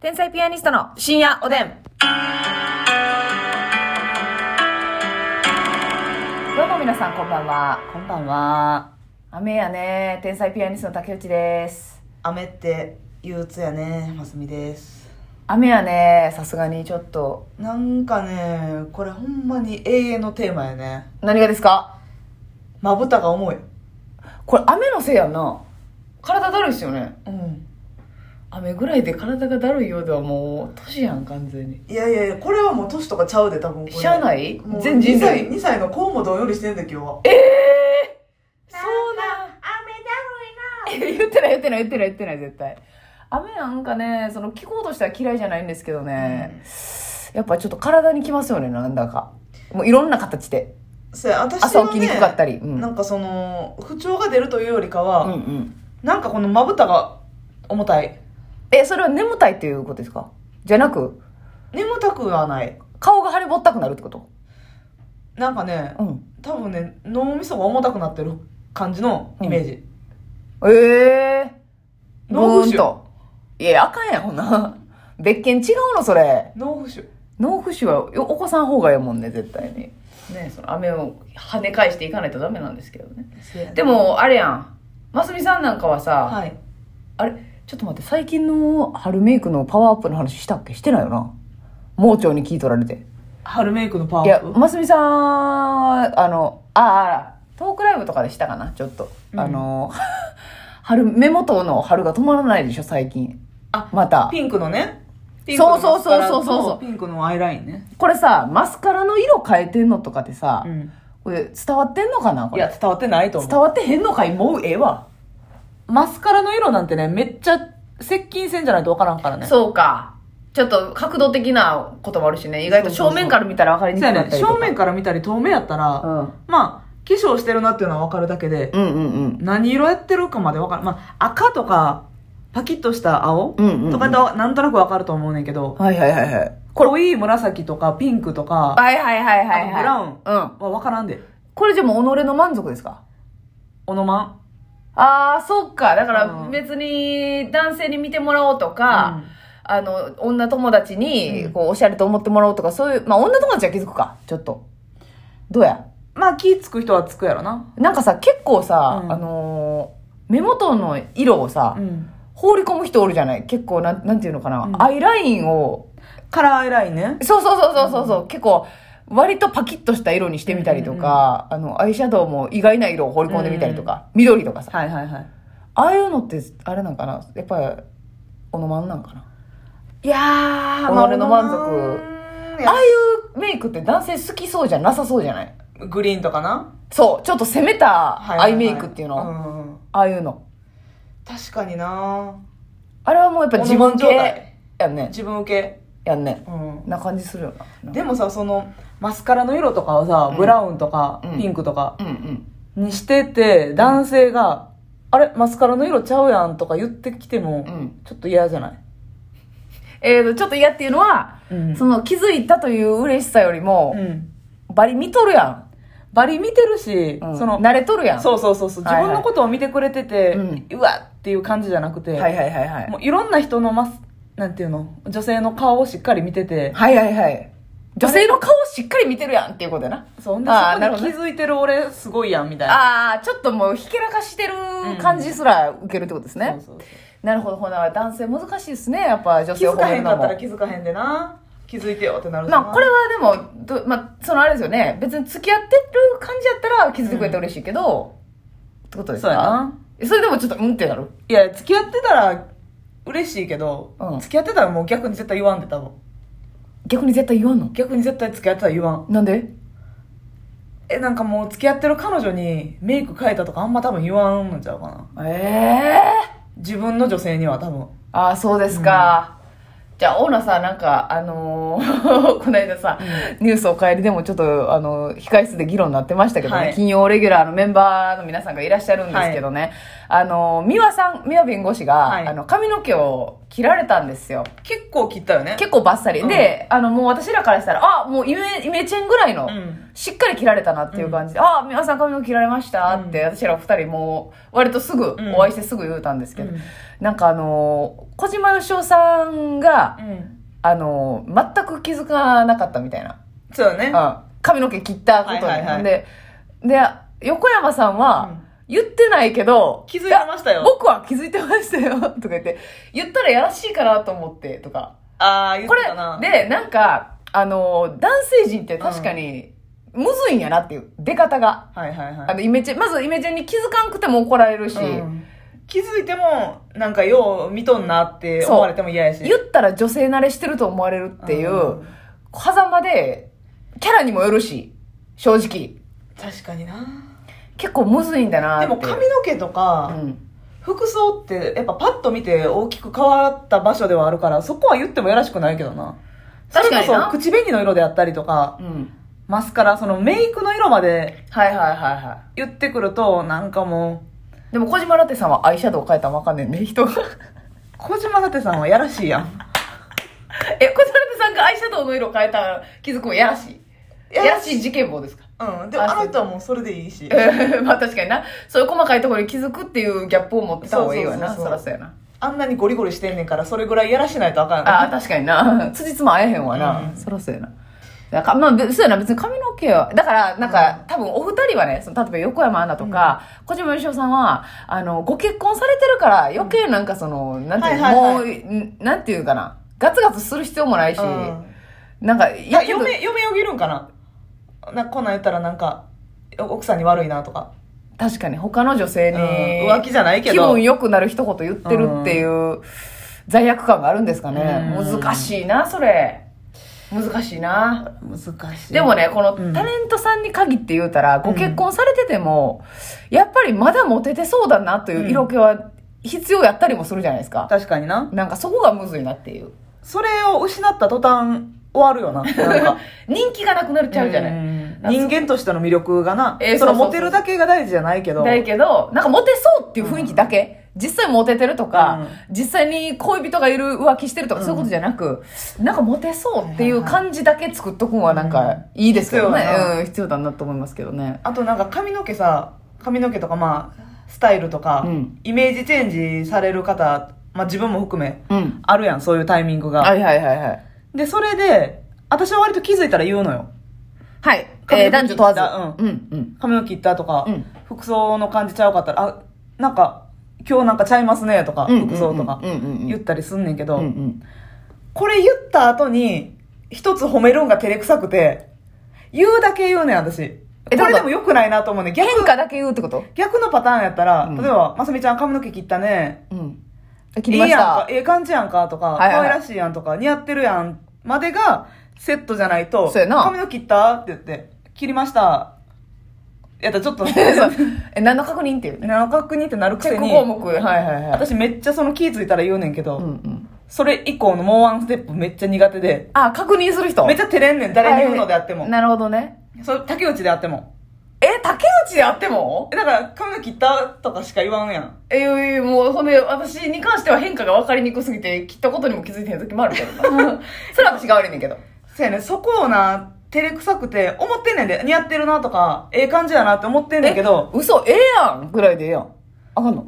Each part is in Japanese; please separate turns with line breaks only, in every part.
天才ピアニストの深夜おでん。どうも皆さんこんばんは。
こんばんは。
雨やね、天才ピアニストの竹内です。
雨って憂鬱やね、ますみです。
雨やね、さすがにちょっと。
なんかね、これほんまに永遠のテーマやね。
何がですか
まぶたが重い。
これ雨のせいやんな。体だるいですよね。
うん。
雨ぐらいで体がだるいようではもう、年やん、完全に。
いやいやいや、これはもう年とかちゃうで、多分これ。
しゃあない
もう
全人類
2歳、2歳の子もどんよりしてんだ今日は。
ええー、そうなん
雨
え言ってない言ってない言ってない言ってない絶対雨なんかねその気候としては嫌いじゃないんですけどね、やっぱちょっと体にきますよねなんだかもういろんな形で
せや、私は、ね、
朝起きにくかったり、うん、
なんかその、不調が出るというよりかは、
うんうん
なんかこのまぶたが重たい。
えそれは眠たいっていうことですかじゃなく
眠たくはない。
顔が腫れぼったくなるってこと
なんかね、
うん
多分ね、脳みそが重たくなってる感じのイメージ。
ええー、
脳
ブー
浮腫
ンといやあかんやろな 別件違うのそれ
脳浮腫
脳浮腫はよお子さん方がやもんね絶対にねその雨を跳ね返していかないとダメなんですけどねで
も
も、あれやん。ますみさんなんかはさ、
はい
あれ、ちょっと待って、最近の春メイクのパワーアップの話したっけしてないよな。盲腸に聞い取られて。
春メイクのパワ
い
ーア
や、
ップ
ますみさん、あの、あああ、トークライブとかでしたかな、ちょっと。
うん
あの、 春、目元の春が止まらないでしょ、最近。
あ
また。
ピンクのね
そうそうそうそうそうそう
ピンクのマスカラとピンクのアイラインね、
これさ、マスカラの色変えてんのとかってさ、これ伝わってんのかなこ
い
れ。
や伝わってないと思
伝わってへんのかいもうええわ。
うマスカラの色なんてねめっちゃ接近線じゃないとわからんからね
そうか。ちょっと角度的なこともあるしね。意外と正面から見たら分かりに
そう
くかっ
や
た
ね
りとか。
正面から見たり遠目やったら、
うん。
まあ化粧してるなっていうのはわかるだけで、
うんうんうん。
何色やってるかまでわからんまあ赤とかパキッとした青、
うんうんうん
とかやったらなんとなくわかると思うねんけど
はいはいはいはい。
濃い紫とかピンクとか
はいはいはいはい、はい。
あの
ブラウン。うん。
はわからんで
これじゃもう己の満足ですか
オノマン
ああ、そっか。だから
うん
別に男性に見てもらおうとか、
うん
あの、女友達に
うん
こうおしゃれと思ってもらおうとか、そういう、まあ女友達は気づくか。ちょっと。どうや
まあ気つく人はつくやろな。
なんかさ、結構さ、
うん
あのー目元の色をさ、
ん。
放り込む人おるじゃない結構なん、なんていうのかな、
うん
アイラインを
カラーアイラインね。
そうそうそうそうそうそう、結構、割とパキッとした色にしてみたりとか、あの、アイシャドウも意外な色を彫り込んでみたりとか、緑とかさ。
はいはいはい。
ああいうのって、あれなんかなやっぱり、オノマンなんかない
や
ー
俺の満
まあ
足。
ああいうメイクって男性好きそうじゃなさそうじゃない
グリーンとかな。
そう、ちょっと攻めたアイメイクっていうの、
の。うん
ああいうの。
確かにな
あれはもうやっぱ自分
オノマン状態
系やんね。
自分受
やんね
け。。うん。
な感じするよな。
でもさ、その、マスカラの色とかはさ、ブラウンとか
うん、
ピンクとか
うんうん。
にしてて、男性が、あれマスカラの色ちゃうやんとか言ってきても
うん、
ちょっと嫌じゃない
えーと、ちょっと嫌っていうのは、
うん
その気づいたという嬉しさよりも、
ん。
バリ見とるやん。
バリ見てるし、
うん
その、
慣れとるやん。
そうそうそうそう、
はいはい
自分のことを見てくれてて、
うん
うわっていう感じじゃなくて、
はいはいはいはい。
もういろんな人のマスなんていうの女性の顔をしっかり見てて、
はいはいはい。女性の顔しっかり見てるやんっていうことやな。
そんでそ
あーなる
こ
ほど
に気づいてる俺すごいやんみたいな。
ああ、ちょっともうひけらかしてる感じすら受けるってことですね。
そうそうそう
なるほど、ほな、男性難しいですね。やっぱ女
気
性を
づ
褒
か
め
へ
る
ん
の
かっ
も
たら。気づかへんでな気づいてよってなるしな
まあ、これはでも、どまあ、そのあれですよね。別に付き合ってる感じやったら気づいてくれて嬉しいけど、ってことですか
そうやな
それでもちょっと、うんってなる。
いや付き合ってたら嬉しいけど、
うん
付き合ってたらもう逆に絶対言わんで多分
逆に絶対言わんの
逆に絶対付き合ってたら言わん
なんで
えなんかもう付き合ってる彼女にメイク変えたとかあんま多分言わんのちゃうかな
ええー。
自分の女性には多分
ああそうですか、じゃあオーナーさんなんかあのー この間さ、ニュースお帰りでもちょっとあのー控室で議論になってましたけどね、
はい
金曜レギュラーのメンバーの皆さんがいらっしゃるんですけどね、あのー美和さん美和弁護士が、
はい
あの髪の毛を切られたんですよ。
結構切ったよね。
結構バッサリ。
うん
で、あの、もう私らからしたら、あ、もうイメイメチェンぐらいの、
うん
しっかり切られたなっていう感じで、あ、皆さん髪の毛切られましたって、私ら二人もう、割とすぐ、
うん
お会いしてすぐ言うたんですけど、
うん
なんかあのー、小島よしおさんが、
うん。
あのー、全く気づかなかったみたいな。
そうだね。
うん髪の毛切ったことに。
はいはいはい
で、で、横山さんは、
うん
言ってないけど、
気づいてましたよ
いや僕は気づいてましたよ、と か言って、言ったらやらしいかなと思って、とか。
ああ、言っ
こ
て
れ
たな。、
で、なんか、あの、男性陣って確かに、むずいんやなっていう、出方が。
はいはいは
あ
い。
の、イメチェン、まずイメチェンに気づかんくても怒られるし、
うん気づいても、なんかよう見とんなって思われても嫌やし。
言ったら女性慣れしてると思われるっていう、
うん
狭間で、キャラにもよるし、正直。
確かにな。
結構むずいんだなっ
で
て。
も髪の毛とか、
うん。
服装ってやっぱパッと見て大きく変わった場所ではあるからそこは言ってもやらしくないけどな
確かにな
それこそ口紅の色であったりとか
うん。
マスカラそのメイクの色まで
はいはいはいは
言ってくるとなんかも
い。でも小島ラテさんはアイシャドウ変えたらわかんねんね、 人が。
う小島舘さんはやらしいやん
え、小島ラテさんがアイシャドウの色変えたら気づくもやらしい。
や
や
ら
ら
し
しい事件簿ですか
うんで
あそう
人はもうそれでいいし
えーまあ確かになそういう細かいところに気づくっていうギャップを持ってた方がいいわな
そう
そ
そうそう
らそ
そう
うやな
あんなにゴリゴリしてんねんからそれぐらいやらしないとあかんよ
ああ
な
確かにな つじつま合えへんわな、
うん
そらそうやなだからまあべそうやな別に髪の毛はだからなんか、多分お二人はねその例えば横山アナとか、小島よしおさんはあのご結婚されてるから余計なんかその、なんていう、
はいはいは
もうんなんていうかなガツガツする必要もないし、
うん
なんか
いや
けど
嫁嫁よぎるんかななんかこんなん言ったらなんか奥さんに悪いなとか、
確かに他の女性に、
うん浮気じゃないけど
気分良くなる一言言ってるっていう罪悪感があるんですかね、
うん
難しいなそれ難しいな
難し
でもねこの
うん
タレントさんに限って言うたら、
ん
ご結婚されててもやっぱりまだモテてそうだなという色気は必要やったりもするじゃないですか、
確かにな
なんかそこがむずいなっていう
それを失った途端終わるよな。なんか。
人気がなくなっ ちゃうじゃない、
うん人間としての魅力がな、
えー
その
そうそうそう
モテるだけが大事じゃないけど。
だけど、なんかモテそうっていう雰囲気だけ。実際モテてるとか、実際に恋人がいる浮気してるとか、そういうことじゃなく、なんかモテそうっていう感じだけ作っとくのはなんかいいですけどね
必要だ。
うん、必要だなと思いますけどね。
あとなんか髪の毛さ、髪の毛とかまあ、スタイルとか、
うん
イメージチェンジされる方、まあ自分も含め、
うん。
あるやん、そういうタイミングが。
はいはいはいはい。
で、それで、私は割と気づいたら言うのよ。
はい。
髪
え
の毛
ー男女問わず。
う
うん。うん。
髪の毛切ったとか、
うん
服装の感じちゃうかったら、あ、なんか、今日なんかちゃいますねとか、
うん
服装とか
うんうんうんうん、
言ったりすんねんけど、
うんうん。
これ言った後に、一つ褒めるんが照れくさくて、言うだけ言うねん、私。
え
これ
どうぞ
でも良くないなと思うねん。逆、
変化だけ言うってこと
逆のパターンやったら、
うん
例えば、まさみちゃん髪の毛切ったね。
うん。切りま
いい
し
やんか
た、。
ええ感じやんか、とか、
はいはいはい
可愛らしいやんとか、似合ってるやん、までが、セットじゃないと、
そうやな
髪の毛切ったって言って、切りました。やったらち ょっと、
え、何の確認っていうね。
長確認ってなるく
チェ
せ
ック
に、
項目。はいはいはい。
私めっちゃその気づいたら言うねんけど、
うんうん。
それ以降のもうワンステップめっちゃ苦手で、
あ、確認する人。
めっちゃ照れんねん、誰に言うのであっても。
はいなるほどね。
そう、竹内であっても。
え、竹内であっても
えだから、髪の毛切ったとかしか言わんやん。
ええもう、ほんで、私に関しては変化が分かりにくすぎて、切ったことにも気づいてない時もあるけどな。それは私が悪いねんけど。
せやねん、そこをな、照れくさくて、思ってんねんで、似合ってるなとか、ええ感じやなって思ってんねんけど、
嘘、ええやんぐらいでええやん。あかんの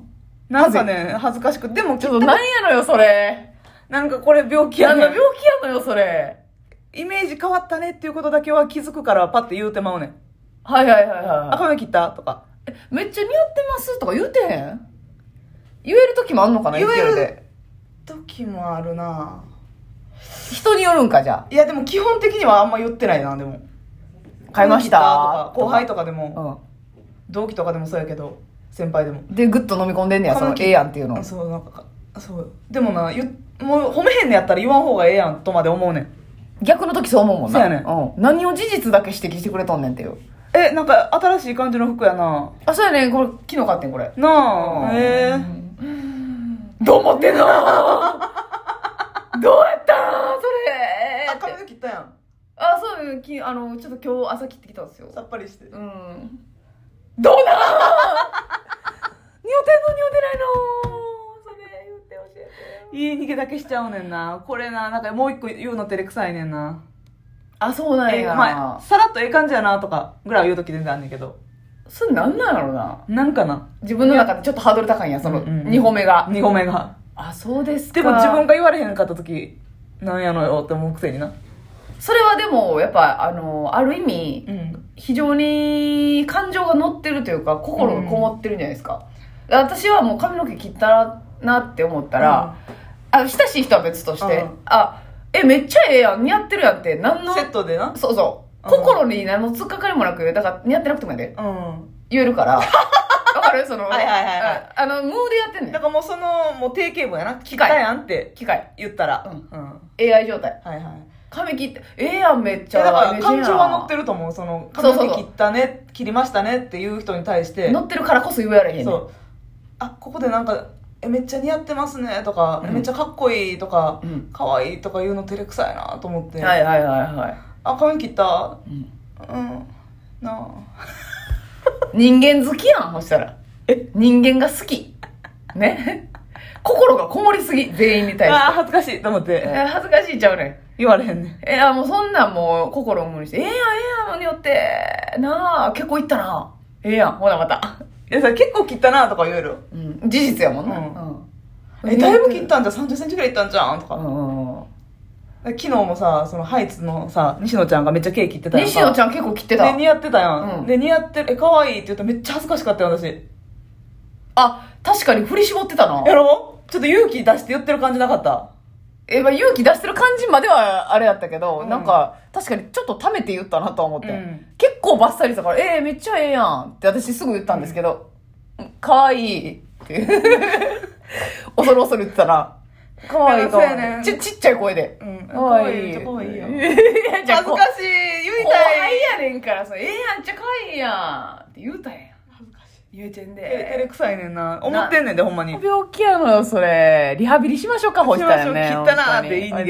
なんかね、恥ずかしく、でも
ち
切
ょっと
った、
何やのよ、それ。
なんかこれ病気や
何の
ねん
病気。やのよ、それ。
イメージ変わったねっていうことだけは気づくからパッて言うてまうねん。
はいはいはい
あ、
は
髪切ったとか。
い。えめっちゃ似合ってますとか言うてへん言える時もあんのかな
言える
勢いで
時もあるな
人によるんか、じゃ
いや、でも基本的にはあんま言ってないな、でも。
あ。買いました
髪切ったとか、後輩とかでも、
とか。
同期とかでもそうやけど、先輩でも。
うん。で、ぐっと飲み込んでんねや、その、ええやんっていうの。
そうなんかそうでもな言もう褒めへんのやったら言わん方がええやんとまで思うねん
逆の時そう思うもんな。
そうやねん
うん。何を事実だけ指摘してくれとんねんっていう。
えなんか新しい感じの服やな
あ、そうやねん。これ、昨日買ってん、これ。
なあへえ
どう思ってん のどうやったん
あ
それ
髪の毛切ったやん
あ、そう、きあの、ちょっと今日朝切ってきたんですよ。
さっぱりして
うん。どうだ似合ってんの似合ってないのそれ言って教えてよ。
言い逃げだけしちゃうねんな。これな、なんかもう一個言うの照れくさいねんな。
あ、そうなん
え、
や。
まあ、さらっとええ感じやなとか、ぐらいは言うとき全然あんねんけど。
それなんなんやろうな。
なんかな、
自分の中でちょっとハードル高いんや、その
うんうん
2歩目が。
2個目が。
あ、そうですか。
でも自分が言われへんかったとき、なんやのよって思うくせにな。
それはでも、やっぱ、あの、ある意味、
ん。
非常に感情が乗ってるというか心がこもってるんじゃないですか、私はもう髪の毛切ったらなって思ったら、あ親しい人は別として、
うん
あえめっちゃええやん似合ってるやんって何の
セットでな。
そうそう
うん
心に何の突っかかりもなくだから似合ってなくてもやで
うん。
言えるから わかるその
はいはいはいはい
ああのムーでやってんね
だ
ん
からもうその、もう定型文やな。聞
機
いた
械
やんって
機械
言ったら。
うん
うん。
AI 状態
はいはい。
髪切ってええやんめっち
じゃ
ゃ
だから感情は乗って
る
ると思う。その、
そう
髪
そうそう
の毛切ったね、切りましたねっていう人に対して。
乗ってるからこそ言われへんねん
そう。あ、ここでなんか、え、めっちゃ似合ってますねとか、
うん
めっちゃかっこいいとか、
うん
かわいいとか言うの照れくさいなと思って。
はいはいはいはい、
あ、髪切った
うん
うん。なあ。
人間好きやん、そしたら。
え
人間が好き。ね。心がこもりすぎ、全員に対して。
あー恥ずかしいと思っ
え
て、
ー恥ずかしいちゃうねん。
言われへんねん。
えー、もうそんなんもう心を無理して、ええやん、ええやん、によって、なあ、結構いったな。ええやん、ほなまた。
いや、それ結構切ったなとか言える。
うん、事実やもんな。
え、だいぶ切ったんじゃん、30センチぐらいいったんじゃんとか。
うんうんうん。
昨日もさ、そのハイツのさ、西野ちゃんがめっちゃケーキ切ってたやんか。
西野ちゃん結構切ってた
で、。似合ってたやん。
うん
で、似合ってる、え、可愛いって言ったらめっちゃ恥ずかしかったよ、私。や
あ、確かに振り絞ってたな。
ろうちょっと勇気出して言ってる感じなかった。
え、まあ、勇気出してる感じまではあれやったけど、
うん
なんか、確かにちょっとためて言ったなとは思って。
うん
結構バッサリしたから、えー、めっちゃええやんって私すぐ言ったんですけど、うんかわいいって。 恐る恐る言ってたら、かわいいかわ
そうや
い
ね
い。
ん
ち、ちっちゃい声で。
うん
かわいい。
めっちゃかわいい やん
やじゃあ
恥ず
こ
かしい言い
後
たい
輩やねんからさ、ええやん、ちゃかわいいやんって言うたんやん。
恥ずかしい
言うてん
え照
で。
れくさいねんな思ってんねんでほんまに
病気やのよ、それ。リハビリしましょうか、ほしたらね。
しましょう切ったなーって言いに
本当に